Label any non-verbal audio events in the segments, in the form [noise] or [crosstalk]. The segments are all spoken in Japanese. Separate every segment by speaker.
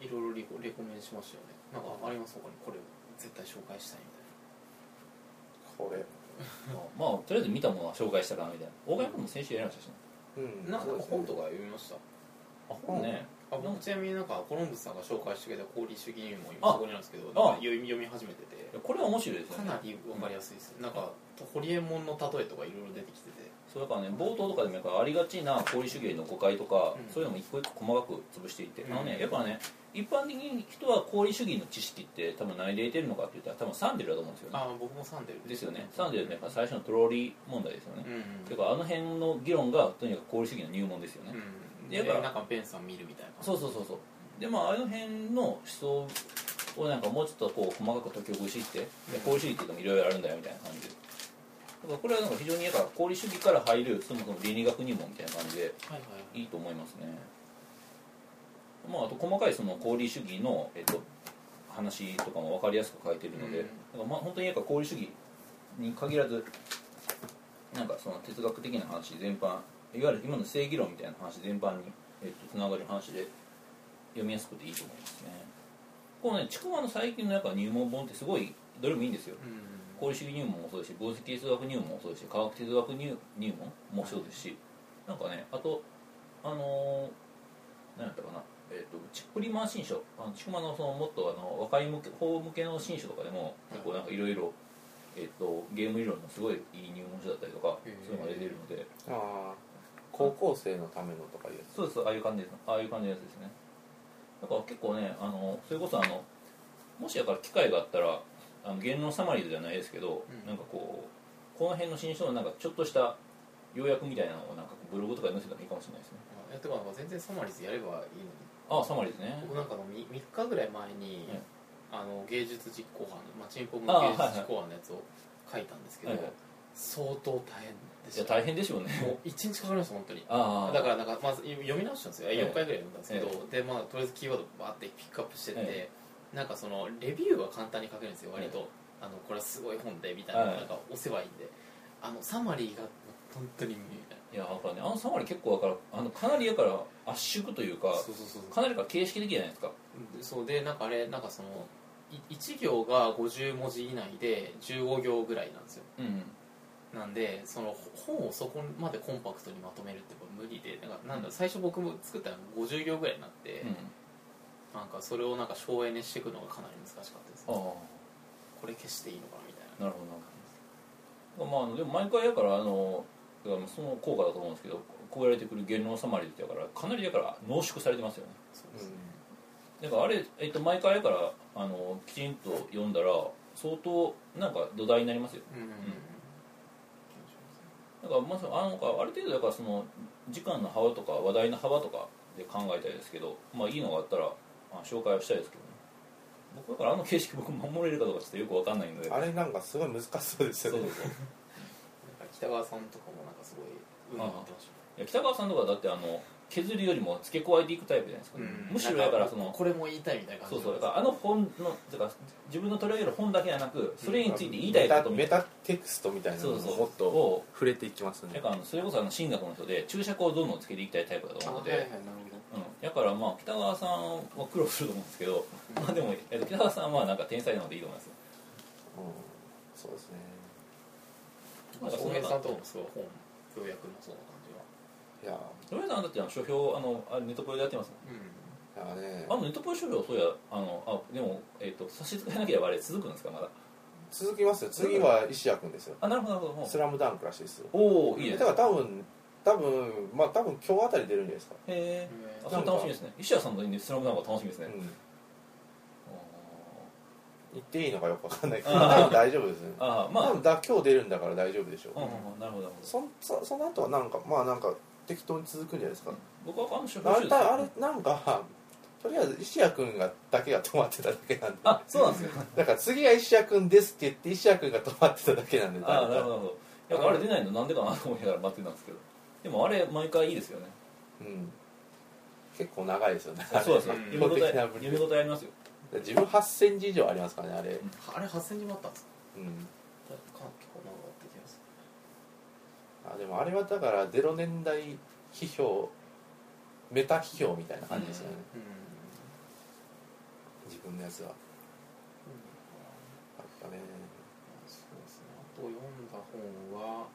Speaker 1: レコメンしましたよねなんかあります他にこれ絶対紹介したいみたいな
Speaker 2: これ
Speaker 3: まあとりあえず見たものは紹介したかなみたいな大金君も先週やりましたしね
Speaker 2: うん
Speaker 1: なんか本とか
Speaker 2: か
Speaker 1: 読みました
Speaker 3: あ本ね
Speaker 1: あ
Speaker 3: な
Speaker 1: 僕
Speaker 3: んか
Speaker 1: ちなみになんかコロンブスさんが紹介してくれた功理主義入門今
Speaker 3: あ
Speaker 1: そこにあるんですけどなんか読み読み始めてて
Speaker 3: いやこれは面白いです
Speaker 1: か
Speaker 3: よね
Speaker 1: なりわかりやすいですよ、なんかホリエモンの例えとかいろいろ出てきてて
Speaker 3: そうだからね冒頭とかでもやっぱありがちな功利主義の誤解とか、
Speaker 1: うん
Speaker 3: そういうのも一個一個細かく潰していって、
Speaker 1: うん
Speaker 3: あのねやっぱね一般的に人は功利主義の知識って多分何で得てるのかって言ったら多分サンデルだと思うんですよね
Speaker 1: ああ僕もサンデル
Speaker 3: ですよねサンデルってやっぱ最初のトローリー問題ですよね
Speaker 1: う、んうん
Speaker 3: てかあの辺の議論がとにかく功利主義の入門ですよね、
Speaker 1: うん
Speaker 3: や
Speaker 1: で
Speaker 3: っぱ
Speaker 1: なんかベンさん見るみたいな
Speaker 3: そうそうそうそうでまああの辺の思想をなんかもうちょっとこう細かく解きほぐしてで功利主義っていうのもいろいろあるんだよみたいな感じでだからこれはなんか非常にやっぱ功利主義から入るそもそも倫理学入門みたいな感じで
Speaker 1: はいはい
Speaker 3: いいと思いますねまああと細かいその功利主義の、えっと、話とかも分かりやすく書いてるので、
Speaker 1: うん
Speaker 3: なんかまあ本当にやっぱ功利主義に限らずなんかその哲学的な話全般いわゆる今の正義論みたいな話全般にえっとつながる話で読みやすくていいと思いますねこのねちくわの最近のやっぱ入門本ってすごいどれもいいんですよ
Speaker 1: うん
Speaker 3: 功利主義入門もそうですし分析哲学入門もそうですし科学哲学入入門もそうですし、なんかねあとあのー、何やったかなえっ、とチップリマン新書あのちくまのそのもっとあの若い向け方向けの新書とかでも結構なんかいろいろえっ、とゲーム理論のすごいいい入門書だったりとか
Speaker 1: へー
Speaker 3: そういうのが出てるので
Speaker 2: ああ高校生のためのとかいうや
Speaker 3: そうですああいう感じですああいう感じのやつですねだから結構ねあのそれこそあのもしやから機会があったらあの言論サマリーズじゃないですけど、
Speaker 1: うん
Speaker 3: なんかこうこの辺の新書のなんかちょっとした要約みたいなのをなんかブログとかに載せたらいいかもしれないですね
Speaker 1: いやてかなんか全然サマリーズやればいいのに
Speaker 3: ああサマリーズね
Speaker 1: 僕なんかの3日ぐらい前に、
Speaker 3: はい
Speaker 1: あの芸術実行班まあ、チンポグ
Speaker 3: あ
Speaker 1: の芸
Speaker 3: ー
Speaker 1: 術実行班のやつを書いたんですけど、
Speaker 3: はいはい
Speaker 1: 相当大変で
Speaker 3: い
Speaker 1: し
Speaker 3: や
Speaker 1: た
Speaker 3: 大変でしょう
Speaker 1: も
Speaker 3: ね
Speaker 1: う一日かかりました本当に
Speaker 3: ああ
Speaker 1: だからなんかまず読み直したんですよ
Speaker 3: ええ
Speaker 1: 4回ぐらい読んだんですけど、
Speaker 3: え
Speaker 1: でまあとりあえずキーワードバーってピックアップしてって、
Speaker 3: え
Speaker 1: なんかそのレビューは簡単に書けるんですよ割と、あのこれはすごい本でみたいな、
Speaker 3: はい
Speaker 1: なんか押せばいいんであのサマリーが本当に無理だ
Speaker 3: いやだからねあのサマリー結構だからあのかなりやから圧縮というか
Speaker 1: うそうそう
Speaker 3: かなりか形式的じゃないですか
Speaker 1: そうでなんかあれなんかその1行が50文字以内で15行ぐらいなんですよ
Speaker 3: うんうん
Speaker 1: なんでその本をそこまでコンパクトにまとめるってやっぱ無理でなんかなんだ最初僕も作ったのが50行ぐらいになって、なんかそれをなんか省エネしていくのがかなり難しかったです
Speaker 3: ああ
Speaker 1: ねこれ消していいのかなみたいな
Speaker 3: なるほどなまああのでも毎回だからあのだからその効果だと思うんですけどこうやられてくる言論サマリーってだからかなりだから濃縮されてますよね
Speaker 1: そう
Speaker 2: つ
Speaker 1: ですね、
Speaker 3: だからあれ、えっと、毎回だからあのきちんと読んだら相当なんか土台になりますよ
Speaker 1: うんうんうん
Speaker 3: だからまずあのある程度だからその時間の幅とか話題の幅とかで考えたいですけどまあいいのがあったらあ紹介はしたいですけどね僕だからあの形式僕守れるかどうかちょっとよくわかんないので
Speaker 2: あれなんかすごい難しそうです
Speaker 3: そう
Speaker 2: よ
Speaker 3: そうそ
Speaker 2: ね
Speaker 3: う
Speaker 1: なんか北川さんとかもなんかすごいうまく言ってましたね
Speaker 3: いや北川さんとかだってあの削るよりも付け加えていくタイプじゃないですか、むしろだからそ
Speaker 1: なん
Speaker 3: の
Speaker 1: これも言いたいみたいな感
Speaker 3: そう
Speaker 1: じ
Speaker 3: そうだからあの本のだから自分の取り上げる本だけじゃなくそれについて言いたい
Speaker 2: メ
Speaker 3: こ
Speaker 2: タ
Speaker 3: と
Speaker 2: メ
Speaker 3: み
Speaker 2: タテクストみたいなの
Speaker 3: そうそう
Speaker 2: ももっと
Speaker 3: を
Speaker 2: 触れていきますね
Speaker 3: だからあのそれこそあの神学の人で注釈をどんどんつけていきたいタイプだと思うので、
Speaker 1: あはいはいなる
Speaker 3: うん、だからまあ北川さんは苦労すると思うんですけど、 [laughs] まあでも、えっと、北川さんはなんか天才なのでいいと思いますよ
Speaker 2: うんそうですね
Speaker 1: ほど
Speaker 3: なんかそ
Speaker 1: 小
Speaker 3: んな
Speaker 1: 平さんとかもすごい本要約のそうな感じはい
Speaker 2: や
Speaker 3: とりあえずあのだってあの書評あのあれネットポイでやってますもん
Speaker 1: う
Speaker 2: いやね
Speaker 3: あのネットポイ書評そういやあのあでも、えっと、差し支えなければあれ続くんですかまだ
Speaker 2: 続きますよ次は石谷君ですよ
Speaker 3: あなるほどなる
Speaker 2: 「
Speaker 3: ほ
Speaker 2: ス
Speaker 3: ど
Speaker 2: ラムダンクらしいですよ
Speaker 3: おおいいで
Speaker 2: だ
Speaker 3: す
Speaker 2: か
Speaker 3: ね
Speaker 2: ら多分多分まあ多分今日あたり出るんじゃないですか
Speaker 3: へ
Speaker 1: ん
Speaker 3: えあそれ楽しみですね石谷さんの「スラムダンクは楽しみです
Speaker 2: う
Speaker 3: ね、
Speaker 2: ん
Speaker 3: あ
Speaker 2: 言っていいのかよくわかんないけど多分大丈夫ですね
Speaker 3: ーあーま
Speaker 2: 多
Speaker 3: あ、うん
Speaker 2: 分だ今日出るんだから大丈夫でしょう
Speaker 3: うんうん、なるほどなるほど
Speaker 2: そんそその後はなんかまあなんか適当に続くんじゃないですか
Speaker 3: 僕はあの職
Speaker 2: 大
Speaker 3: 種
Speaker 2: 体あれなんかとりあえず石谷君がだけが止まってただけなんで
Speaker 3: あそうなんですか
Speaker 2: だから次は石谷君ですって言って石谷君が止まってただけなんで
Speaker 3: あ
Speaker 2: 大
Speaker 3: ーなる
Speaker 2: 体
Speaker 3: ほどなるほどいやあれ出ないのなんでかなと思いながら待ってたんですけどでもあれ毎回いいですよね
Speaker 2: うん結構長いですよね
Speaker 3: あそうですか
Speaker 1: うん
Speaker 3: 読み応え
Speaker 2: 法的な分
Speaker 3: 読み応えありますよ
Speaker 2: 自分8センチ以上ありますからねあれ
Speaker 3: ん
Speaker 1: んあれ8000字もあったんですか
Speaker 2: うん
Speaker 1: だからか結構長かった気がする
Speaker 2: あでもあれはだから0年代批評メタ批評みたいな感じですよね、
Speaker 1: うん
Speaker 2: 自分のやつはあったね
Speaker 1: そうですねあと読んだ本は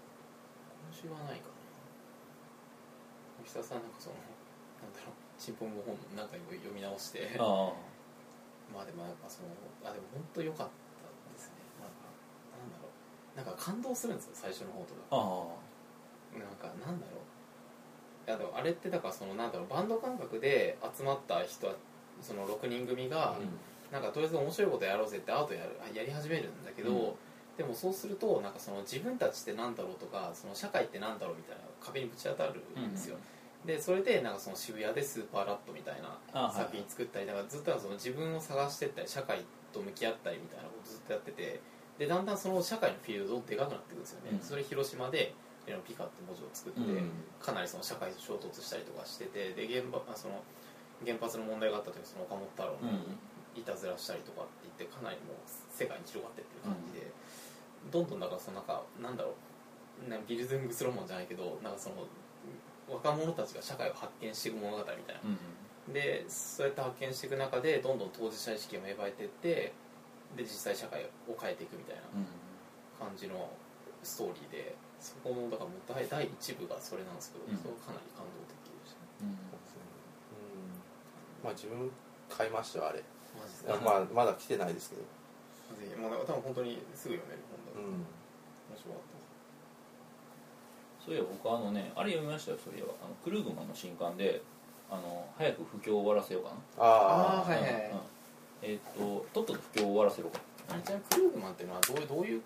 Speaker 1: 今週はないかな吉田さんなんかそのなんだろうチンポンの本なんか読み直 [laughs] して
Speaker 3: あ
Speaker 1: まあでもやっぱそのあでも本当良かったですねなんかなんだろうなんか感動するんですよ最初の方と
Speaker 3: ああ
Speaker 1: かなんかなんだろういやでもあれってだからそのなんだろうバンド感覚で集まった人はその6人組が、
Speaker 2: うん
Speaker 1: なんかとりあえず面白いことやろうぜってアートやるあやり始めるんだけど、
Speaker 3: うん
Speaker 1: でもそうするとなんかその自分たちってなんだろうとかその社会ってなんだろうみたいな壁にぶち当たるんですよ、でそれでなんかその渋谷でスーパーラットみたいな
Speaker 3: あはい
Speaker 1: 作品作ったりだからずっとその自分を探してったり社会と向き合ったりみたいなことずっとやっててでだんだんその社会のフィールドでかくなっていくんですよね、
Speaker 3: うん
Speaker 1: それ広島で「レノピカ」って文字を作って、
Speaker 3: うん
Speaker 1: かなりその社会と衝突したりとかしててで現場あその原発の問題があった時その岡本太郎
Speaker 3: うん
Speaker 1: にいたずらしたりとかって言ってかなりもう世界に広がってってる感じで、どんどんだからそのなんかなんだろうなんかビルドゥングスロモンじゃないけどなんかその若者たちが社会を発見していく物語みたいな
Speaker 3: うん
Speaker 1: でそうやって発見していく中でどんどん当事者意識が芽生えていってで実際社会を変えていくみたいな
Speaker 3: うん
Speaker 1: 感じのストーリーでそこのだからもう第第1部がそれなんですけど、
Speaker 3: うん
Speaker 1: それはかなり感動的でしたね
Speaker 3: うん
Speaker 2: そうですねうんまあ自分買いましたよあれ
Speaker 1: マジ
Speaker 2: いや
Speaker 1: で、
Speaker 2: まあまだ来てないですけど
Speaker 1: ぜひもうなんか多分本当にすぐ読める本だ
Speaker 2: う
Speaker 1: と思
Speaker 2: ん
Speaker 1: 面白かったです
Speaker 3: そういえば僕あのねあれ読みましたよそういえばあのクルーグマンの新刊であの早く不況を終わらせようかな
Speaker 2: あ
Speaker 1: あーはいはいはい
Speaker 3: うんうんえーっととっとと不況を終わらせろか
Speaker 1: あれちなみにクルーグマンっていうのはどういうどういう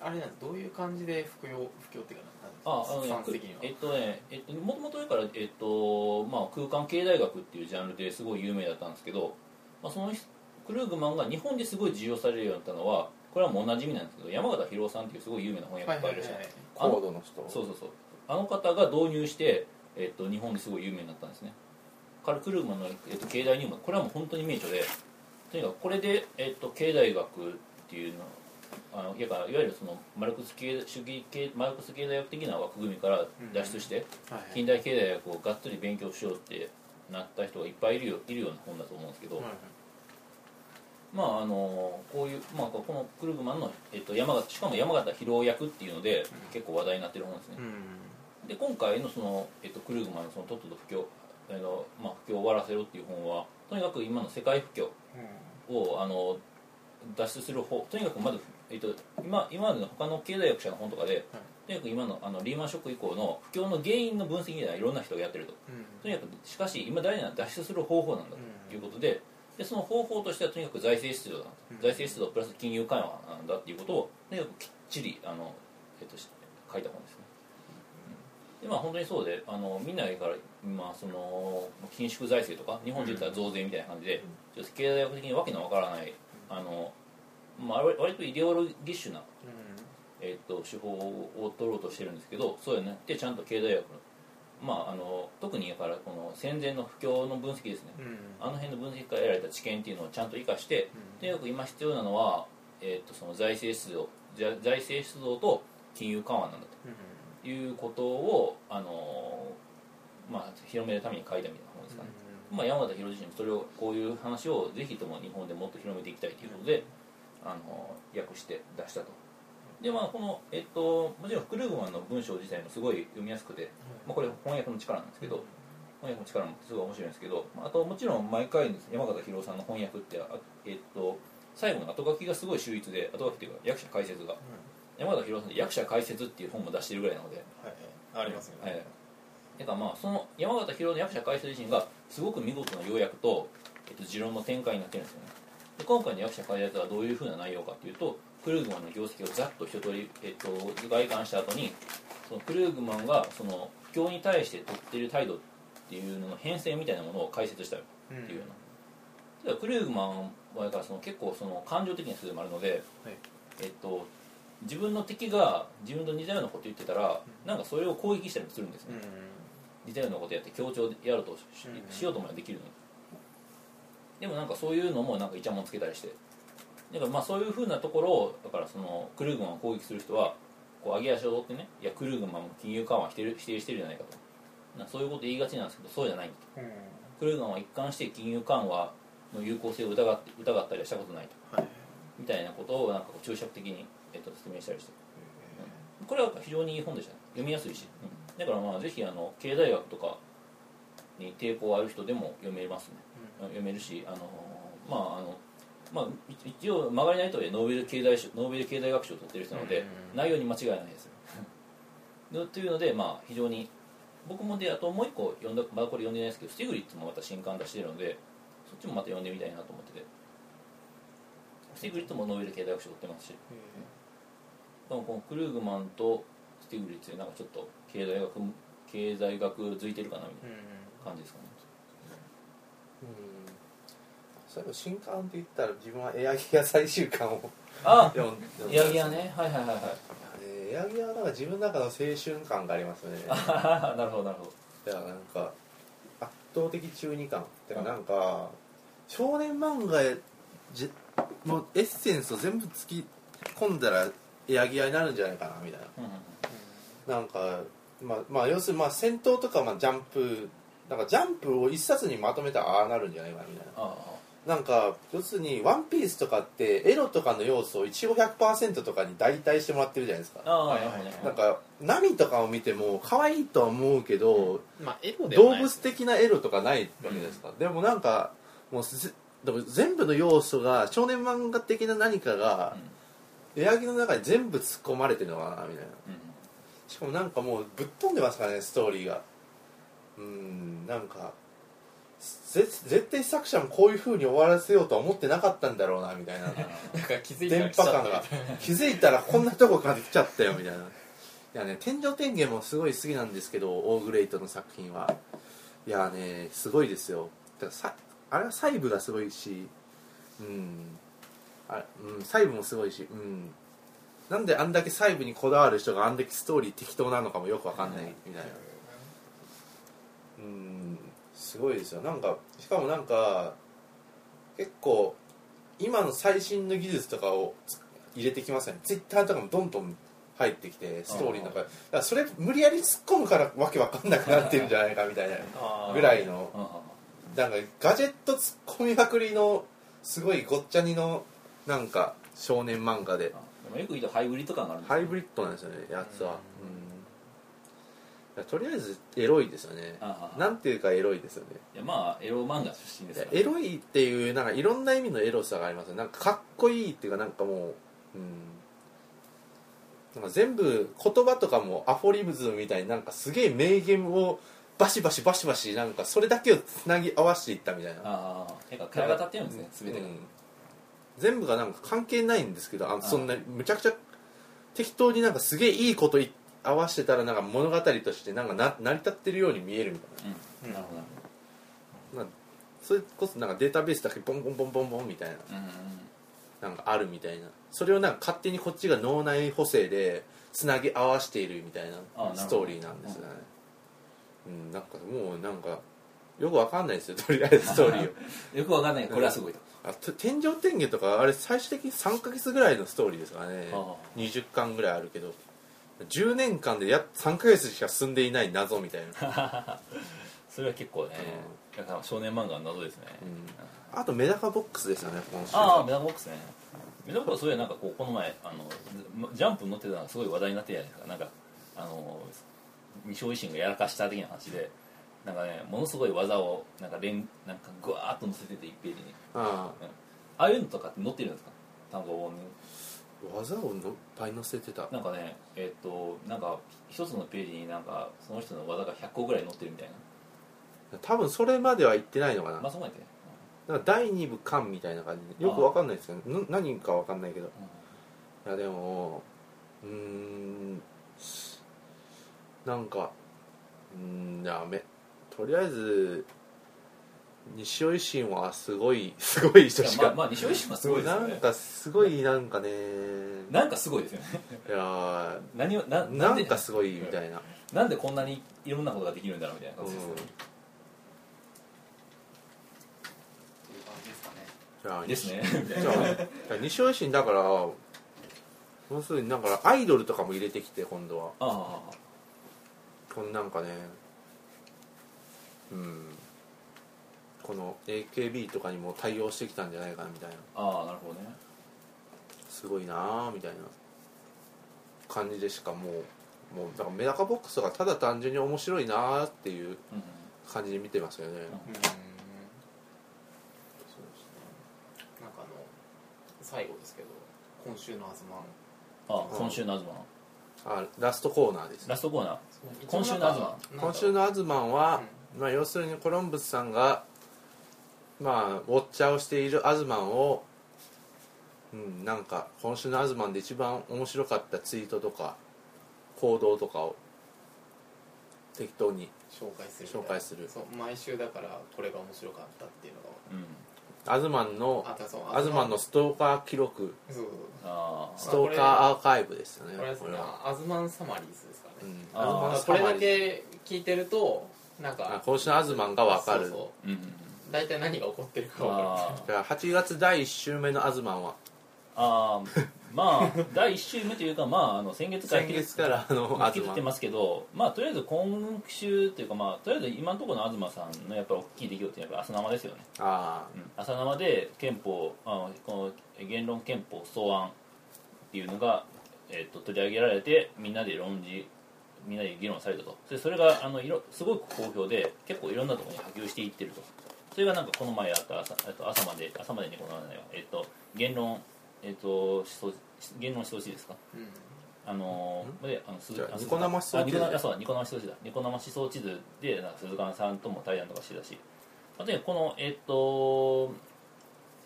Speaker 1: あれなんですどういう感じで服用布教っていうかなん
Speaker 3: あ
Speaker 1: です
Speaker 3: あ
Speaker 1: か
Speaker 3: の
Speaker 1: ス
Speaker 3: ね
Speaker 1: タンス的には
Speaker 3: えっとねえっともともとだから、えっとまあ、空間経済学っていうジャンルですごい有名だったんですけど、まあ、その人クルーグマンが日本ですごい重要されるようになったのはこれはもうおなじみなんですけど山形博夫さんっていうすごい有名な翻
Speaker 1: はい
Speaker 3: 訳
Speaker 1: は
Speaker 3: 家
Speaker 1: い
Speaker 3: い
Speaker 1: は
Speaker 3: ら
Speaker 1: い
Speaker 3: っしゃる、あ
Speaker 2: 高度の人
Speaker 3: そうそうそうあの方が導入して、えっと、日本ですごい有名になったんですねカルクルーグマンの、えっと、経済入門これはもう本当に名著でとにかくこれで、えっと、経済学っていうのあのいやいわゆるそのマルクス系主義系マルクス経済学的な枠組みから脱出して、
Speaker 1: はい
Speaker 3: 近代経済学をがっつり勉強しようってなった人がいっぱいいるよいるような本だと思うんですけど、
Speaker 1: はいはい
Speaker 3: まああのこういう、まあ、このクルグマンの、えっと、山形しかも山形疲労役っていうので結構話題になってる本ですね
Speaker 1: う、ん
Speaker 3: で今回のその、えっと、クルーグマンのそのとっとと不況、えっとまあ、不況を終わらせろっていう本はとにかく今の世界不況をあの脱出する方とにかくまず、えっと、今今までの他の経済学者の本とかで、
Speaker 1: はい
Speaker 3: とにかく今のあのリーマンショック以降の不況の原因の分析みたいないろんな人がやってると
Speaker 1: うん
Speaker 3: とにかくしかし今大事なのは脱出する方法なんだということで,、でその方法としてはとにかく財政出動だ
Speaker 1: うん
Speaker 3: 財政出動プラス金融緩和なんだっていうことをとにかくきっちりあの、えっと、し書いた本ですね、うんでまあ本当にそうであのみんなから今その緊縮財政とか日本で言ったら増税みたいな感じで、ちょっと経済学的にわけのわからないあの、まあ、割割とイデオロギッシュな
Speaker 1: う
Speaker 3: えっと手法を取ろうとしてるんですけどそうじゃなくてちゃんと経済学の,、まあ、あの特にだからこの戦前の不況の分析ですね、
Speaker 1: んうん
Speaker 3: あの辺の分析から得られた知見っていうのをちゃんと生かして
Speaker 1: うん
Speaker 3: とにかく今必要なのは、えっとその財政出動じゃ財政出動と金融緩和なんだ
Speaker 1: うん
Speaker 3: ということをあの、まあ、広めるために書いたみたいな本ですかね、まあ、山形博自身もそれをこういう話をぜひとも日本でもっと広めていきたいということで、あの訳して出したとでまあこのえっともちろんフクルーグマンの文章自体もすごい読みやすくて、まあ、これ翻訳の力なんですけど翻訳の力もすごい面白いんですけどまああともちろん毎回です山形博さんの翻訳ってあえっと最後の後書きがすごい秀逸で後書きというか役者解説が山形博さんで役者解説っていう本も出してるぐらいなので
Speaker 1: はいありますよ
Speaker 3: は
Speaker 1: ね
Speaker 3: い、だからまあその山形博の役者解説自身がすごく見事な要約と、えっと、持論の展開になってるんですよねで今回の役者解説はどういうふうな内容かというとクルーグマンの業績をざっと一通り、えっと、外観した後にそのクルーグマンがその不況に対して取っている態度っていうのの変遷みたいなものを解説した
Speaker 1: うん
Speaker 3: っていうような、ただクルーグマンはだからその結構その感情的な人でもあるので、
Speaker 1: はい
Speaker 3: えっと、自分の敵が自分と似たようなこと言ってたら、
Speaker 1: うん
Speaker 3: なんかそれを攻撃したりもするんです
Speaker 1: う
Speaker 3: ね、
Speaker 1: ん
Speaker 3: 似たようなことやって強調でやろうとし,、
Speaker 1: うん
Speaker 3: しようともできるのにでもなんかそういうのもなんかイチャモンつけたりしてだからまあそういうふうなところをだからそのクルーグマンを攻撃する人はこう上げ足を取ってねいやクルーグマンも金融緩和否定否定してるじゃないかとなんかそういうこと言いがちなんですけどそうじゃないんだと
Speaker 1: うん
Speaker 3: クルーガンは一貫して金融緩和の有効性を疑って疑ったりはしたことないと
Speaker 1: はい
Speaker 3: みたいなことをなんかこう注釈的に、えっと、説明したりしてこれは非常にいい本でしたね読みやすいし、うんだからまあぜひあの経済学とかに抵抗ある人でも読めますね、読めるしあのまああのまあ、い一応曲がりないとはいえノーベル経済賞ノーベル経済学賞を取ってる人なので、
Speaker 1: うん
Speaker 3: 内容に間違いない [laughs] ですよのというので、まあ、非常に僕もであともう一個読んだまだこれ読んでないですけどスティグリッツもまた新刊出してるのでそっちもまた読んでみたいなと思っててスティグリッツもノーベル経済学賞取ってますしでもこのクルーグマンとスティグリッツでなんかちょっと経済学経済学づいてるかなみたい
Speaker 1: うん
Speaker 3: な感じですかね
Speaker 2: うんそういえば新刊って言ったら自分はエアギア最終巻を
Speaker 3: あ
Speaker 2: 読んで
Speaker 3: エアギアねはいはいはいはい
Speaker 2: あれエアギアはなんか自分の中の青春感がありますね
Speaker 3: あはは [laughs] なるほどなるほど
Speaker 2: いやなんか圧倒的中二感てかなんか少年漫画へじもうエッセンスを全部突き込んだらエアギアになるんじゃないかなみたい
Speaker 3: うんうんうん
Speaker 2: ななんかまあまあ要するにまあ戦闘とかまあジャンプなんかジャンプを一冊にまとめたらああなるんじゃないかなみたい
Speaker 3: ああ
Speaker 2: ななんか要するに「ワンピースとかってエロとかの要素を1500%とかに代替してもらってるじゃないです
Speaker 3: あ
Speaker 2: か
Speaker 3: ああ
Speaker 1: は
Speaker 3: ないる
Speaker 1: はい
Speaker 3: ほどね
Speaker 2: なんか波とかを見ても可愛いとは思うけど、
Speaker 1: まあエロでは
Speaker 2: 動
Speaker 1: ない
Speaker 2: 物的なエロとかないわけですか、でもなんかもうぜでも全部の要素が少年漫画的な何かがエアギの中に全部突っ込まれてるのかなみたいな
Speaker 3: うんうん
Speaker 2: しかもなんかもうぶっ飛んでますからねストーリーがうんなんかぜ絶対作者もこういう風に終わらせようとは思ってなかったんだろうなみたいな
Speaker 1: なんか気づいた
Speaker 2: 電
Speaker 1: ら来ちゃ
Speaker 2: 波
Speaker 1: った
Speaker 2: 感が気づいたらこんなとこから来ちゃったよみたいないやね天井天元もすごい好きなんですけどオーグレイトの作品はいやねすごいですよだからさあれは細部がすごいしうんあれ、うん、細部もすごいしうんなんであんだけ細部にこだわる人があんだけストーリー適当なのかもよくわかんないみたいなうんすごいですよなんかしかもなんか結構今の最新の技術とかを入れてきますよねツイッターとかもどんどん入ってきてストーリーの中でだからそれ無理やり突っ込むからわけわかんなくなってるんじゃないかみたいな [laughs]
Speaker 1: あー
Speaker 2: ぐらいの
Speaker 3: うんうんうん
Speaker 2: なんかガジェット突っ込みまくりのすごいごっちゃにのなんか少年漫画で
Speaker 3: でもよく言うとハイブリッド感があるんです
Speaker 2: ハ
Speaker 3: よ
Speaker 2: イブリッドなんですよねやつは、うんいやとりあえずエロいですよね
Speaker 3: ああ
Speaker 2: なんていうかエロいですよね
Speaker 3: いやまあエロ漫画出身で
Speaker 2: い
Speaker 3: す
Speaker 2: や
Speaker 3: から
Speaker 2: エロいっていうなんかいろんな意味のエロさがありますねなんかかっこいいっていうかなんかもう、うん、なんか全部言葉とかもアフォリズムみたいになんかすげえ名言をバシバシバシバシなんかそれだけをつなぎ合わせていったみたいな
Speaker 3: ああてかキャラが立ってるんですね全てが
Speaker 2: うん全部がなんか関係ないんですけどあの
Speaker 3: あー
Speaker 2: そんなむちゃくちゃ適当になんかすげえいいことい合わせてたらなんか物語としてなんかな成り立ってるように見えるみたいな
Speaker 3: うんなるほどなる
Speaker 2: なんかそれこそなんかデータベースだけボンボンボンボンボンみたいな
Speaker 3: ほどうんうんうん
Speaker 2: なんかあるみたいなそれをなんか勝手にこっちが脳内補正でつなぎ合わせているみたい
Speaker 3: あなるほ
Speaker 2: な
Speaker 3: ど
Speaker 2: ストーリーなんですよねうん、なんかもうなんかよくわかんないですよとりあえずストーリーを
Speaker 3: よくわかんないけどこれはすごいと
Speaker 2: あと天井天下とかあれ最終的に3ヶ月ぐらいのストーリーですからね
Speaker 3: ああ
Speaker 2: 20巻ぐらいあるけど10年間でや3ヶ月しか進んでいない謎みたいな
Speaker 3: [laughs] それは結構ねだから少年漫画の謎ですね
Speaker 2: うんあとメダカボックスですよね今週
Speaker 3: ああメダカボックスねメダカボックスそういえばなんかこうこの前あのジャンプに載ってたのがすごい話題になってたじゃないですかなんかあの西尾維新がやらかした的な話でなんかねものすごい技をなんか連なんかグワーッと載せてて一ページに
Speaker 2: あ
Speaker 3: ああいうのとかって載ってるんですか単語本に
Speaker 2: あ技をのいっぱい載せてた
Speaker 3: なんかねえっ、となんか一つのページになんかその人の技が100個ぐらい載ってるみたい
Speaker 2: 多分それまでは行ってないのかな
Speaker 3: なまあそこまでね
Speaker 2: なんか第2部巻みたいな感じでよくわかんないですよねな何かわかんないけどいやでもうーんなんかうーんダメとりあえず西尾維新はすごい [laughs] すごい人し
Speaker 3: いやまあ
Speaker 2: か
Speaker 3: まあ西尾維新はすごいですよ
Speaker 2: なん
Speaker 3: ね
Speaker 2: かすごいなんかね
Speaker 3: なんかすごいですよね
Speaker 2: いや
Speaker 3: 何をな
Speaker 2: ーな
Speaker 3: で
Speaker 2: んかすごいみたいな
Speaker 3: なんでこんなにいろんなことができるんだろうみたいな
Speaker 2: う
Speaker 3: 感
Speaker 2: ん
Speaker 3: じ
Speaker 2: い
Speaker 3: ですよね
Speaker 1: っていう感じですかね
Speaker 2: やー
Speaker 3: ですね
Speaker 2: じゃあいや西尾維新だから要するにだからアイドルとかも入れてきて今度は
Speaker 3: [laughs] ああ
Speaker 2: このなんかねうんこの AKB とかにも対応してきたんじゃないかなみたいな
Speaker 3: ああなるほどね
Speaker 2: すごいなあみたいな感じでしかもうもうだからメダカボックスがただ単純に面白いなあっていう
Speaker 3: うんうん
Speaker 2: 感じで見てますよね、
Speaker 1: うーんそうですねなんかあの最後ですけど今週の「あずまん
Speaker 3: あ今週の東
Speaker 2: あラストコーナーです
Speaker 3: ラストコーナー」今週の東
Speaker 2: 今週の東は、まあ、要するにコロンブスさんが、まあ、ウォッチャーをしている東を、うん、なんか今週の東で一番面白かったツイートとか行動とかを適当に
Speaker 1: 紹介する
Speaker 2: 紹介する
Speaker 1: そう毎週だからこれが面白かったっていうの
Speaker 3: うん
Speaker 2: 東の
Speaker 1: があとそう
Speaker 2: 東のストーカー記録
Speaker 1: そうそう
Speaker 3: あ
Speaker 2: ス
Speaker 3: あ
Speaker 2: トーカーアーカイブですよね
Speaker 1: そうこれです
Speaker 2: こ
Speaker 1: ね
Speaker 2: れは
Speaker 1: あずまんサマリーズですから
Speaker 2: う
Speaker 1: ね、
Speaker 2: ん
Speaker 3: あー
Speaker 2: 東
Speaker 1: これ
Speaker 2: サマ
Speaker 1: だ
Speaker 2: リー
Speaker 1: け聞いてるとなん
Speaker 2: あ
Speaker 1: か
Speaker 2: 今週の東が分かる
Speaker 1: そうそう
Speaker 3: うんうんうん
Speaker 1: 大体何が起こってるか分か
Speaker 3: あー
Speaker 2: だから8月第1週目の東は
Speaker 3: あー [laughs] まあ第1週目というかまああの先月から
Speaker 2: 先月からあの
Speaker 3: 引きずって
Speaker 2: 東
Speaker 3: ますけど、まあ、とりあえず今週というか、まあ、とりあえず今のところの東さんのやっぱり大きい出来事ってやっぱ朝生ですよね、
Speaker 2: あ
Speaker 3: 朝生で憲法あのこの言論憲法草案っていうのが、えっと取り上げられてみんなで論じみんなで議論されたとでそれがあのいろすごく好評で結構いろんなところに波及していってるとそれがなんかこの前あった朝えっと朝まで朝までにこの前じゃないわえっと言論えっと思想言論思想ですか
Speaker 1: る、うん
Speaker 3: あのーであの鈴
Speaker 2: じゃあ
Speaker 3: あ
Speaker 2: ニコ生思想
Speaker 3: あニ
Speaker 2: 地図
Speaker 3: コ生あそうニコ生思想地図だニコ生思想地図でなんか鈴鹿さんとも対談とかしてたしあとねこのえっと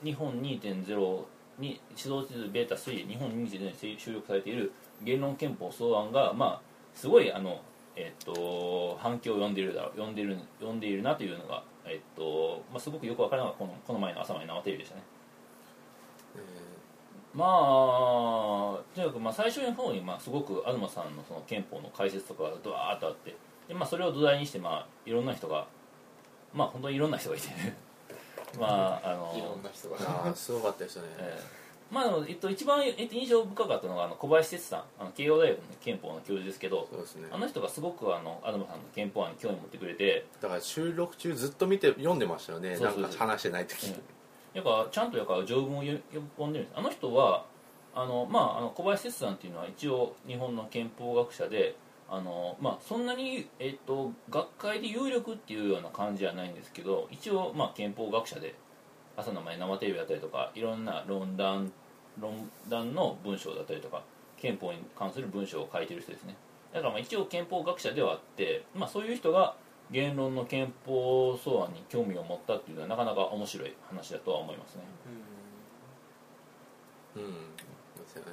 Speaker 3: 日本2.0に指導地図ベータ3日本2.0に収録されている言論憲法草案がまあすごいあのえっと反響を呼んでいるだろう呼んでいる呼んでいるなというのがえっとまあすごくよくわからなかったこのこの前の朝まで生テレビでしたね
Speaker 2: あ、えー
Speaker 3: まあとにかくまあ最初の方にまあすごく東さんのその憲法の解説とかがドワーッとあってで、まあ、それを土台にして、まあ、いろんな人がまあ本当にいろんな人がいて [laughs] まああ
Speaker 1: いろ
Speaker 3: の
Speaker 1: ん、な人が
Speaker 2: ああすごかったですよね、
Speaker 3: えーまあでも、えっと、一番、えっと、印象深かったのがあの小林哲さんあの慶応大学の憲法の教授ですけど
Speaker 2: そうですね
Speaker 3: あの人がすごくあの東さんの憲法案に興味持ってくれて
Speaker 2: だから収録中ずっと見て読んでましたよね
Speaker 3: そうそう
Speaker 2: なんか話してない時、
Speaker 3: やっぱちゃんとやっぱ条文を読んでるんですあの人はあの、まあ、あの小林哲さんっていうのは一応日本の憲法学者であの、まあ、そんなに、えっと、学会で有力っていうような感じじゃないんですけど一応、まあ、憲法学者で朝の前生テレビだったりとかいろんな論壇論壇の文章だったりとか憲法に関する文章を書いてる人ですねだからまあ一応憲法学者ではあって、まあ、そういう人が言論の憲法草案に興味を持ったっていうのはなかなか面白い話だとは思いますね
Speaker 1: うん
Speaker 2: うんですよね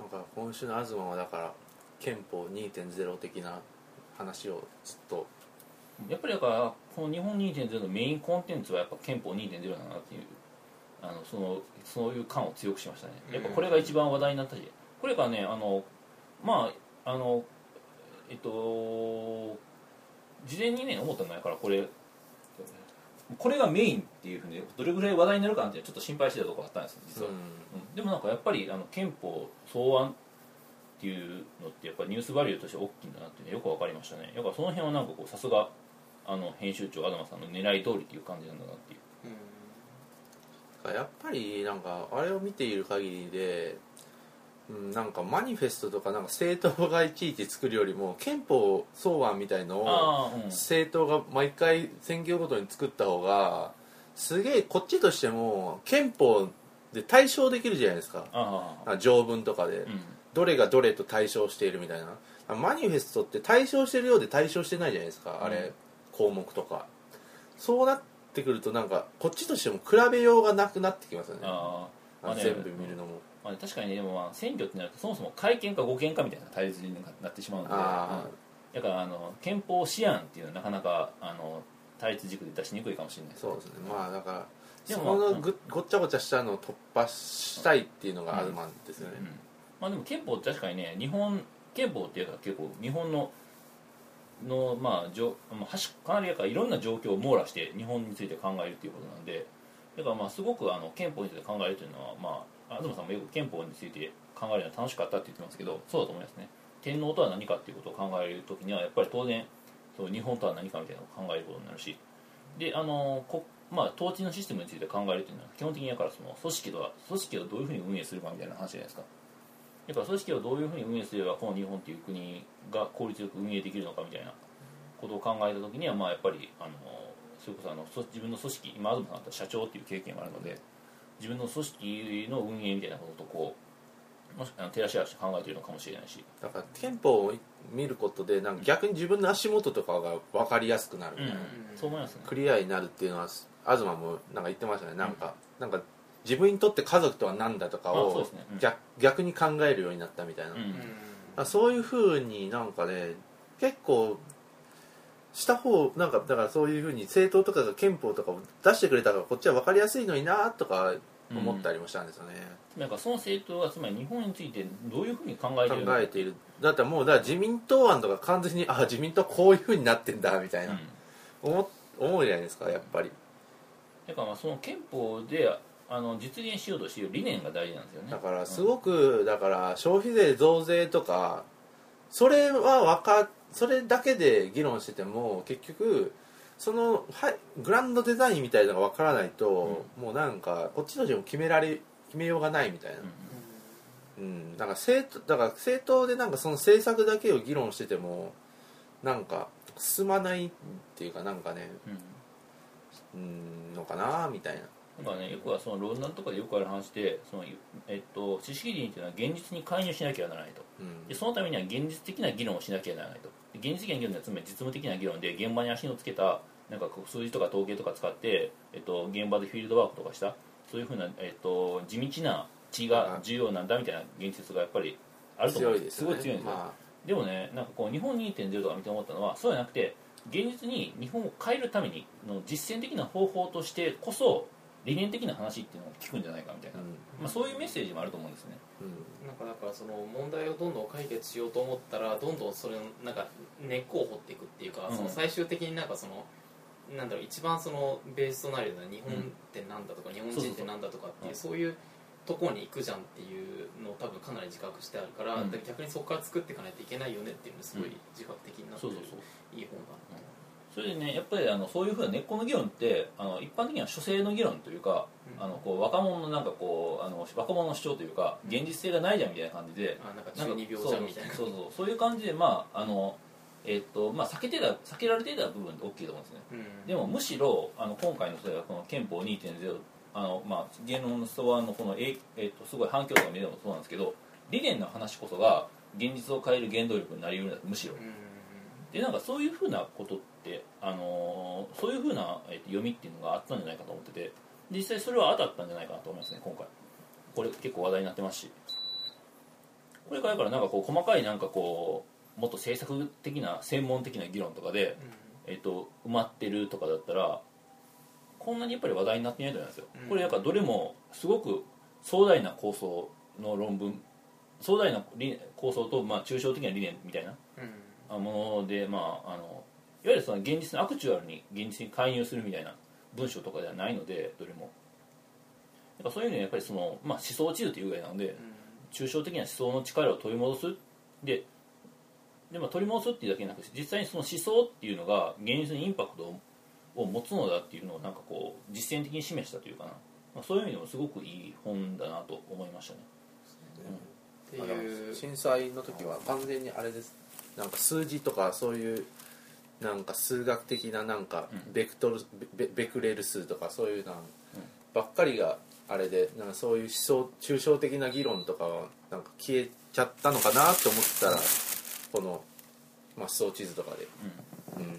Speaker 2: なんか今週の東はだから憲法2.0的な話をずっと
Speaker 3: やっぱりだからこの日本2.0のメインコンテンツはやっぱ憲法2.0なんだなっていうあのそのそういう感を強くしましたねやっぱこれが一番話題になったしこれがねあのまああのえっと事前にね思ったのやからこれこれがメインっていうふうにどれぐらい話題になるかなっていうのはちょっと心配してたところあったんですよ実は、
Speaker 2: う
Speaker 3: うんでもなんかやっぱりあの憲法草案っていうのってやっぱニュースバリューとして大きいんだなっていうのはよく分かりましたねだからその辺はなんかこうさすがあの編集長東さんの狙い通りっていう感じなんだなっていう
Speaker 1: うん
Speaker 2: ん、やっぱりなんかあれを見ている限りで、うん、なんかマニフェストとかなんか政党がいちいち作るよりも憲法草案みたいのを
Speaker 3: ああうん
Speaker 2: 政党が毎回選挙ごとに作った方がすげえこっちとしても憲法で対象できるじゃないですか
Speaker 3: ああ
Speaker 2: あ条文とかで
Speaker 3: うん
Speaker 2: どれがどれと対象しているみたいなあマニフェストって対象してるようで対象してないじゃないですかあれ、
Speaker 3: うん
Speaker 2: 項目とかそうなってくるとなんかこっちとしても比べようがなくなってきますよね
Speaker 3: ああまあね
Speaker 2: 全部見るのも、
Speaker 3: まあね、確かにねでもまあ選挙ってなるとそもそも改憲か護憲かみたいな対立になってしまうので
Speaker 2: ああ
Speaker 3: うんだからあの憲法試案っていうのはなかなかあの対立軸で出しにくいかもしれない
Speaker 2: そうですねまあだから
Speaker 3: で
Speaker 2: そ
Speaker 3: も
Speaker 2: こ
Speaker 3: まあ
Speaker 2: のぐごっちゃごちゃしたのを突破したいっていうのがアルマンですよね、
Speaker 3: うんまあでも憲法って確かにね日本憲法っていうか結構日本ののまあじょまあ端かなりやからいろんな状況を網羅して日本について考えるということなんでだからまあすごくあの憲法について考えるというのはまあ東さんもよく憲法について考えるのは楽しかったって言ってますけどそうだと思いますね天皇とは何かっていうことを考えるときにはやっぱり当然そう日本とは何かみたいなのを考えることになるしであのこ、まあ、統治のシステムについて考えるというのは基本的にだからその組織とは組織をどういうふうに運営するかみたいな話じゃないですかやっぱ組織をどういうふうに運営すればこの日本っていう国が効率よく運営できるのかみたいなことを考えた時にはまあやっぱりあのそれこそあのそ自分の組織今東さんだったら社長っていう経験があるので自分の組織の運営みたいなこととこうもしあの照らし合わせて考えているのかもしれないし
Speaker 2: だから憲法を見ることでなんか逆に自分の足元とかが分かりやすくなるみ
Speaker 3: う
Speaker 2: たいな、
Speaker 3: んそう思いますね
Speaker 2: クリアになるっていうのは東もなんか言ってましたねなんか、なんか自分にとって家族とは何だとか
Speaker 3: あそう
Speaker 2: を
Speaker 3: ですねうん
Speaker 2: 逆,、逆に考えるようになったみたいな、
Speaker 3: う
Speaker 2: だ
Speaker 1: う
Speaker 2: か
Speaker 1: ん
Speaker 3: ん
Speaker 2: らそういうふうになんかね結構した方なんかだからそういうふうに政党とかが憲法とかを出してくれたからこっちは分かりやすいのになとか思ったりもしたんですよね、
Speaker 3: なんかその政党はつまり日本についてどういうふうに考えている
Speaker 2: 考
Speaker 3: のか
Speaker 2: えているだってもうだから自民党案とか完全にあ自民党こういうふうになってんだみたいな、
Speaker 3: うん
Speaker 2: 思思うじゃないですかやっぱり
Speaker 3: だからまあその憲法であの実現しようとしている理念が大事なんですよね
Speaker 2: だからすごくだから消費税増税とかそれはわかそれだけで議論してても結局そのはいグランドデザインみたいなのがわからないと、もうなんかこっちとしても決められ決めようがないみたいな、
Speaker 3: うん
Speaker 2: うん、だから政党だから政党でなんかその政策だけを議論しててもなんか進まないっていうかなんかね
Speaker 3: うん
Speaker 2: うんのかなみたいな
Speaker 3: なんかねよくはその論壇とかでよくある話でその、えっと、知識人というのは現実に介入しなきゃならないと
Speaker 2: うん
Speaker 3: でそのためには現実的な議論をしなきゃならないとで現実的な議論ではつまり実務的な議論で現場に足のつけたなんかこう数字とか統計とか使って、えっと、現場でフィールドワークとかしたそういうふうな、えっと、地道な地が重要なんだみたいな現実がやっぱりあると思
Speaker 2: 強
Speaker 3: う
Speaker 2: いですよね
Speaker 3: ごい強いんですよ、
Speaker 2: ま
Speaker 3: でもねなんかこう日本2.0とか見て思ったのはそうじゃなくて現実に日本を変えるためにの実践的な方法としてこそ理念的な話っていうのを聞くんじゃないかみたい
Speaker 2: あ、
Speaker 3: な、
Speaker 2: う
Speaker 3: まあ、そういうメッセージもあると思うんですね
Speaker 2: んうん
Speaker 1: なんかだからその問題をどんどん解決しようと思ったらどんどんそれのなんか根っこを掘っていくっていうか、
Speaker 3: うん
Speaker 1: その最終的になんかそのなんだろう一番そのベースとなるような日本ってなんだとか、日本人ってなんだとかっていうそういうとこに行くじゃんっていうのを多分かなり自覚してあるから、
Speaker 3: うん
Speaker 1: だから逆にそこから作っていかないといけないよねっていうのすごい自覚的になって
Speaker 3: そう
Speaker 1: る、
Speaker 3: そうそう
Speaker 1: いい本だな
Speaker 3: それでねやっぱりあのそういうふうな根っこの議論ってあの一般的には書生の議論というか、
Speaker 1: うん
Speaker 3: あのこう若者のなんかこうあの若者の主張というか
Speaker 1: うん
Speaker 3: 現実性がないじゃんみたいな感じで、
Speaker 1: あなんか
Speaker 3: なん
Speaker 1: 中
Speaker 3: か
Speaker 1: 二病じゃんみたいな
Speaker 3: そうそうそうそういう感じでまああのえっとまあ避けてた避けられてた部分って大きいと思うんですね
Speaker 1: うん
Speaker 3: でもむしろあの今回のそれはこの憲法2.0あの、まあ、言論のストアのこの、ええっとすごい反響とか見てもそうなんですけど理念の話こそが現実を変える原動力になりうるんだむしろ
Speaker 1: うん
Speaker 3: でなんかそういうふうなことって、あのーそういうふうな、えっと読みっていうのがあったんじゃないかと思ってて実際それは当たったんじゃないかなと思いますね今回これ結構話題になってますしこれからだからなんかこう細かいなんかこうもっと政策的な専門的な議論とかでえっと埋まってるとかだったらこんなにやっぱり話題になってないと思いますよ、
Speaker 1: うん
Speaker 3: これなんかどれもすごく壮大な構想の論文壮大な理構想と、まあ、抽象的な理念みたいな
Speaker 1: うんうん
Speaker 3: あもので、まあ、あのいわゆるその現実のアクチュアルに現実に介入するみたいな文章とかではないのでどれもだからそういうのはやっぱりその、まあ、思想地図というぐらいなので、抽象的な思想の力を取り戻すでで、まあ、取り戻すっていうだけじゃなくて実際にその思想っていうのが現実にインパクトをを持つのだっていうのをなんかこう実践的に示したというかな、まあ、そういう意味でもすごくいい本だなと思いましたね
Speaker 1: っていう
Speaker 2: 震災の時は完全にあれですなんか数字とかそういうなんか数学的ななんか
Speaker 3: うん
Speaker 2: ベクトル、ベベクレル数とかそういうなんばっかりがあれでなんかそういう思想抽象的な議論とかはなんか消えちゃったのかなと思ったらこの、まあ、思想地図とかで、うん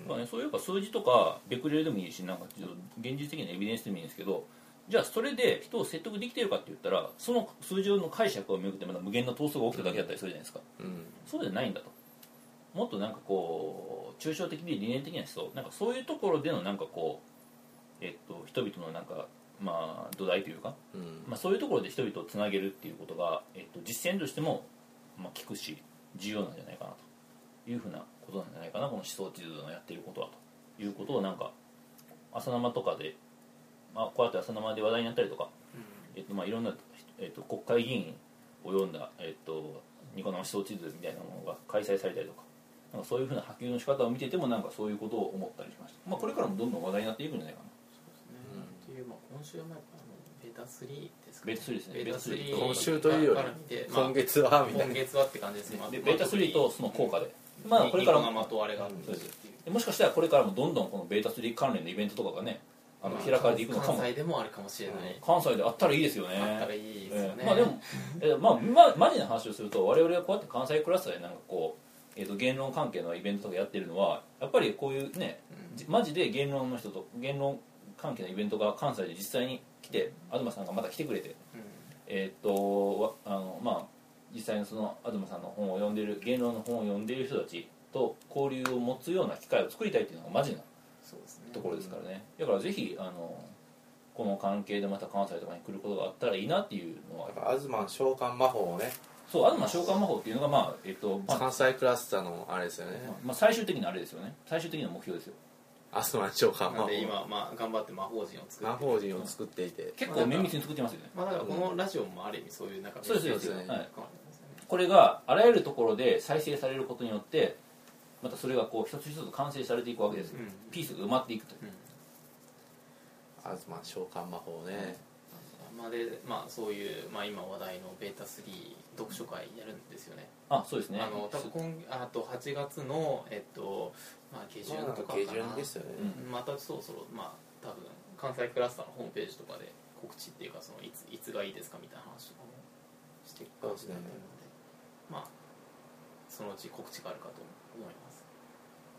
Speaker 3: まあね、そういえば数字とかベクレルでもいいしなんかちょっと現実的なエビデンスでもいいんですけどじゃあそれで人を説得できてるかって言ったらその数字の解釈をめぐってまだ無限の闘争が起きただけだったりするじゃないですか
Speaker 2: うん
Speaker 3: そうじゃないんだともっとなんかこう抽象的で理念的な思想なんかそういうところでのなんかこう、えっと、人々のなんか、まあ、土台というか、
Speaker 2: うん
Speaker 3: まあ、そういうところで人々をつなげるっていうことが、えっと、実践としても、まあ、聞くし重要なんじゃないかなというふうなことなんじゃないかなこの思想地図のやってることはということをなんか朝生とかで、まあ、こうやって朝生で話題になったりとかえっとまあ、いろんな、えっと、国会議員を読んだ、えっと、ニコ生思想地図みたいなものが開催されたりとかなんかそういうふうな波及の仕方を見ててもなんかそういうことを思ったりしました、まあ、これからもどんどん話題になっていくんじゃないかな
Speaker 1: っていう、まあ、今週もやっぱあのベータ3ですか
Speaker 3: ベータ3ですね
Speaker 1: ベータ3
Speaker 2: 今週というより
Speaker 1: から見て、まあ
Speaker 2: 今月はみたい
Speaker 1: 今
Speaker 2: な
Speaker 1: 月はって感じですね、まあ
Speaker 3: でベータ3とその効果で、まあ、これから
Speaker 1: ニコ
Speaker 3: も
Speaker 1: 生とあれがあるんですっていう
Speaker 3: でもしかしたらこれからもどんどんこのベータ3関連のイベントとかがねあの
Speaker 1: まあ
Speaker 3: 開かれていくのかも
Speaker 1: 関西でもあるかもしれない、
Speaker 3: 関西であったらいいですよね
Speaker 1: あったらいいですよね、
Speaker 3: ええまあでも、ええまあま、マジな話をすると我々がこうやって関西クラスターでなんかこう、えー、と言論関係のイベントとかやってるのはやっぱりこういうね、じマジで言論の人と言論関係のイベントが関西で実際に来て東さんがまた来てくれて
Speaker 1: う
Speaker 3: えーっとわあのまあ実際のその東さんの本を読んでる言論の本を読んでる人たちと交流を持つような機会を作りたいっていうのがマジなん
Speaker 1: そうですね
Speaker 3: ところですからね、だからぜひあのこの関係でまた関西とかに来ることがあったらいいなっていうのは
Speaker 2: だから東召喚魔法をね
Speaker 3: そう東召喚魔法っていうのがまあえっとまあ、ま
Speaker 2: 関西クラスターのあれですよね
Speaker 3: あまあ最終的なあれですよね最終的な目標ですよ
Speaker 2: 東召喚魔
Speaker 1: なん
Speaker 2: 法
Speaker 1: で今、まあ、頑張って魔法陣を作
Speaker 2: 魔
Speaker 1: って
Speaker 2: 法陣を作っていて
Speaker 3: 結構綿密に作ってますよね
Speaker 1: まあだからこのラジオもある意味そういうなんか
Speaker 3: そうです
Speaker 2: そ
Speaker 3: そうう
Speaker 2: でね
Speaker 3: ですす、はい、
Speaker 1: 関係ですよね
Speaker 3: これがあらゆるところで再生されることによってまたそれがこう一つ一つ完成されていくわけですよ、
Speaker 1: うん
Speaker 3: ピースが埋まっていくという
Speaker 2: 東召喚魔法ね
Speaker 1: うんまあでまあそういう、まあ、今話題のベータ3読書会やるんですよね
Speaker 3: あそうですね
Speaker 1: あの多分今あと8月のえっと、まあ、下旬とかかな、
Speaker 2: 下旬ですよね
Speaker 3: うん
Speaker 1: またそろそろまあ多分関西クラスターのホームページとかで告知っていうかそのいついつがいいですかみたいな話とかもしていく感じになってるのでまあそのうち告知があるかと思います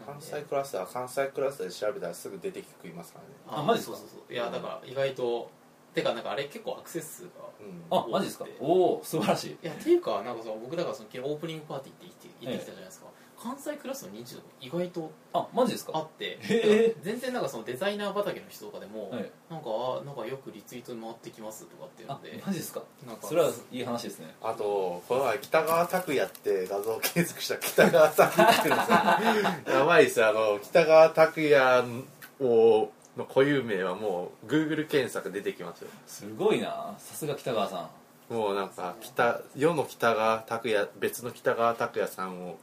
Speaker 1: なん
Speaker 2: 関
Speaker 1: で
Speaker 2: 西クラスター関西クラスターで調べたらすぐ出てきくいますからね
Speaker 1: あ
Speaker 3: あマジです
Speaker 1: そう
Speaker 3: か
Speaker 1: そうそういやだから意外とてかなんかあれ結構アクセス数が
Speaker 2: うん
Speaker 3: あマジですかおお素晴らし
Speaker 1: い
Speaker 3: い
Speaker 1: やっていうかなんかさ僕だからその昨日オープニングパーティーって言って言ってきたじゃないですか、関西クラスの認知度意外と
Speaker 3: あマジです
Speaker 1: あ
Speaker 3: か
Speaker 1: って
Speaker 3: へえ
Speaker 1: 全然なんかそのデザイナー畑の人とかでも、
Speaker 3: はい
Speaker 1: なんかあなんかよくリツイートに回ってきますとかっていう
Speaker 3: あ
Speaker 1: ので
Speaker 3: マジですか
Speaker 1: なんか
Speaker 3: それはいい話ですね
Speaker 2: あとこの前北川拓也って画像検索したら北川拓也って言うん
Speaker 1: [laughs]
Speaker 2: ですよやばいですよあの北川拓也をの固有名はもう Google 検索出てきますよ
Speaker 3: すごいなさすが北川さん
Speaker 2: もうなんか北世の北川拓也別の北川拓也さんを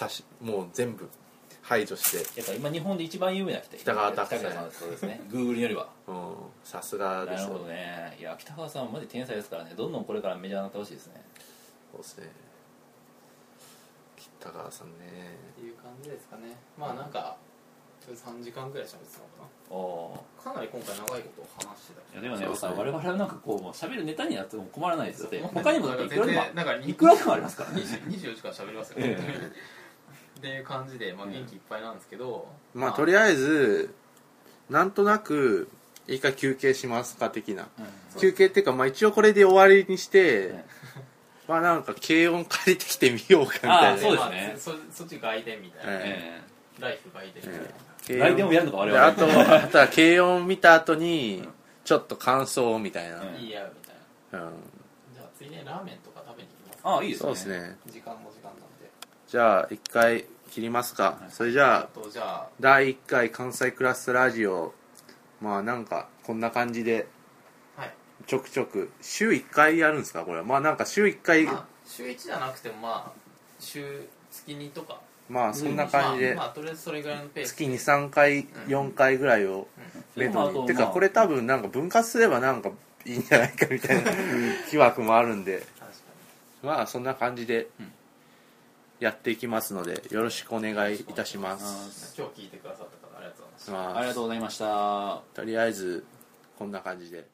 Speaker 2: 指しもう全部排除して
Speaker 3: やっぱ今日本で一番有名な北
Speaker 2: 北川拓哉
Speaker 3: 北さんそうで
Speaker 2: [laughs]
Speaker 3: すねグーグルよりは
Speaker 2: うんさすが
Speaker 3: な
Speaker 2: で
Speaker 3: る
Speaker 2: すよ
Speaker 3: ほどねいや北川さんはマジ天才ですからねどんどんこれからメジャーになってほしいですね
Speaker 2: そうですね北川さんね
Speaker 1: っていう感じですかねまあなんかちょっと3時間ぐらい喋ってたのか
Speaker 3: おお
Speaker 1: なかなり今回長いこと話してた
Speaker 3: いやでもね
Speaker 2: そうです
Speaker 3: さ
Speaker 2: ね
Speaker 3: 我々はなんかこうもう喋るネタになっても困らないですよ
Speaker 1: けど
Speaker 3: 他にもだっていくらでも
Speaker 1: なんか全然なんか
Speaker 3: いくらでもありますからね
Speaker 1: 20 24時間喋りますよ、
Speaker 3: え
Speaker 1: っていう感じで、まあ、元気いっぱいなんですけど、
Speaker 2: まあとりあえずなんとなく一回休憩しますか的な休憩っていうかまあ一応これで終わりにして、
Speaker 3: はい
Speaker 2: まあなんか軽音借りてきてみようかみたい
Speaker 3: あ
Speaker 2: な
Speaker 3: そうです
Speaker 1: まあ
Speaker 3: ね
Speaker 1: そそっち外伝みたいな、
Speaker 2: え
Speaker 3: え
Speaker 1: ライフ外伝みたいな、
Speaker 2: 軽
Speaker 3: え
Speaker 2: 音
Speaker 3: 来年もやるのか我
Speaker 2: で
Speaker 3: 々
Speaker 2: あとあとは軽音見た後にちょっと感想みたいな、
Speaker 3: うん
Speaker 1: いいやみたいな
Speaker 2: うん
Speaker 1: じゃあ次ねラーメンとか食べに行きます
Speaker 3: ああいいです
Speaker 2: そう
Speaker 3: ね
Speaker 2: ですね
Speaker 1: 時間も時間なんで
Speaker 2: じゃあ一回切りますか、
Speaker 3: はい
Speaker 2: それじゃあ
Speaker 1: あとじゃあ
Speaker 2: 第1回関西クラスラジオまあなんかこんな感じで
Speaker 1: はい
Speaker 2: ちょくちょく週1回やるんですかこれはまあなんか週1回
Speaker 1: まあ、週1じゃなくてもまあ週月2とか
Speaker 2: まあそんな感じで、
Speaker 1: まあ、まあ、とりあえずそれぐらいのペース
Speaker 2: 月23回4回ぐらいをレ
Speaker 3: まあ
Speaker 2: ト
Speaker 3: あと
Speaker 2: にてか
Speaker 3: まあ
Speaker 2: これ多分なんか分割すればなんかいいんじゃないかみ
Speaker 1: [laughs]
Speaker 2: たいな疑惑もあるんで
Speaker 1: 確か
Speaker 2: まあそんな感じでやっていきますのでよろしくお願いいたしま
Speaker 3: あー
Speaker 2: す
Speaker 1: に今日聞いてくださった方ありがとうございました
Speaker 2: ま
Speaker 3: ありがとうございました
Speaker 2: とりあえずこんな感じで。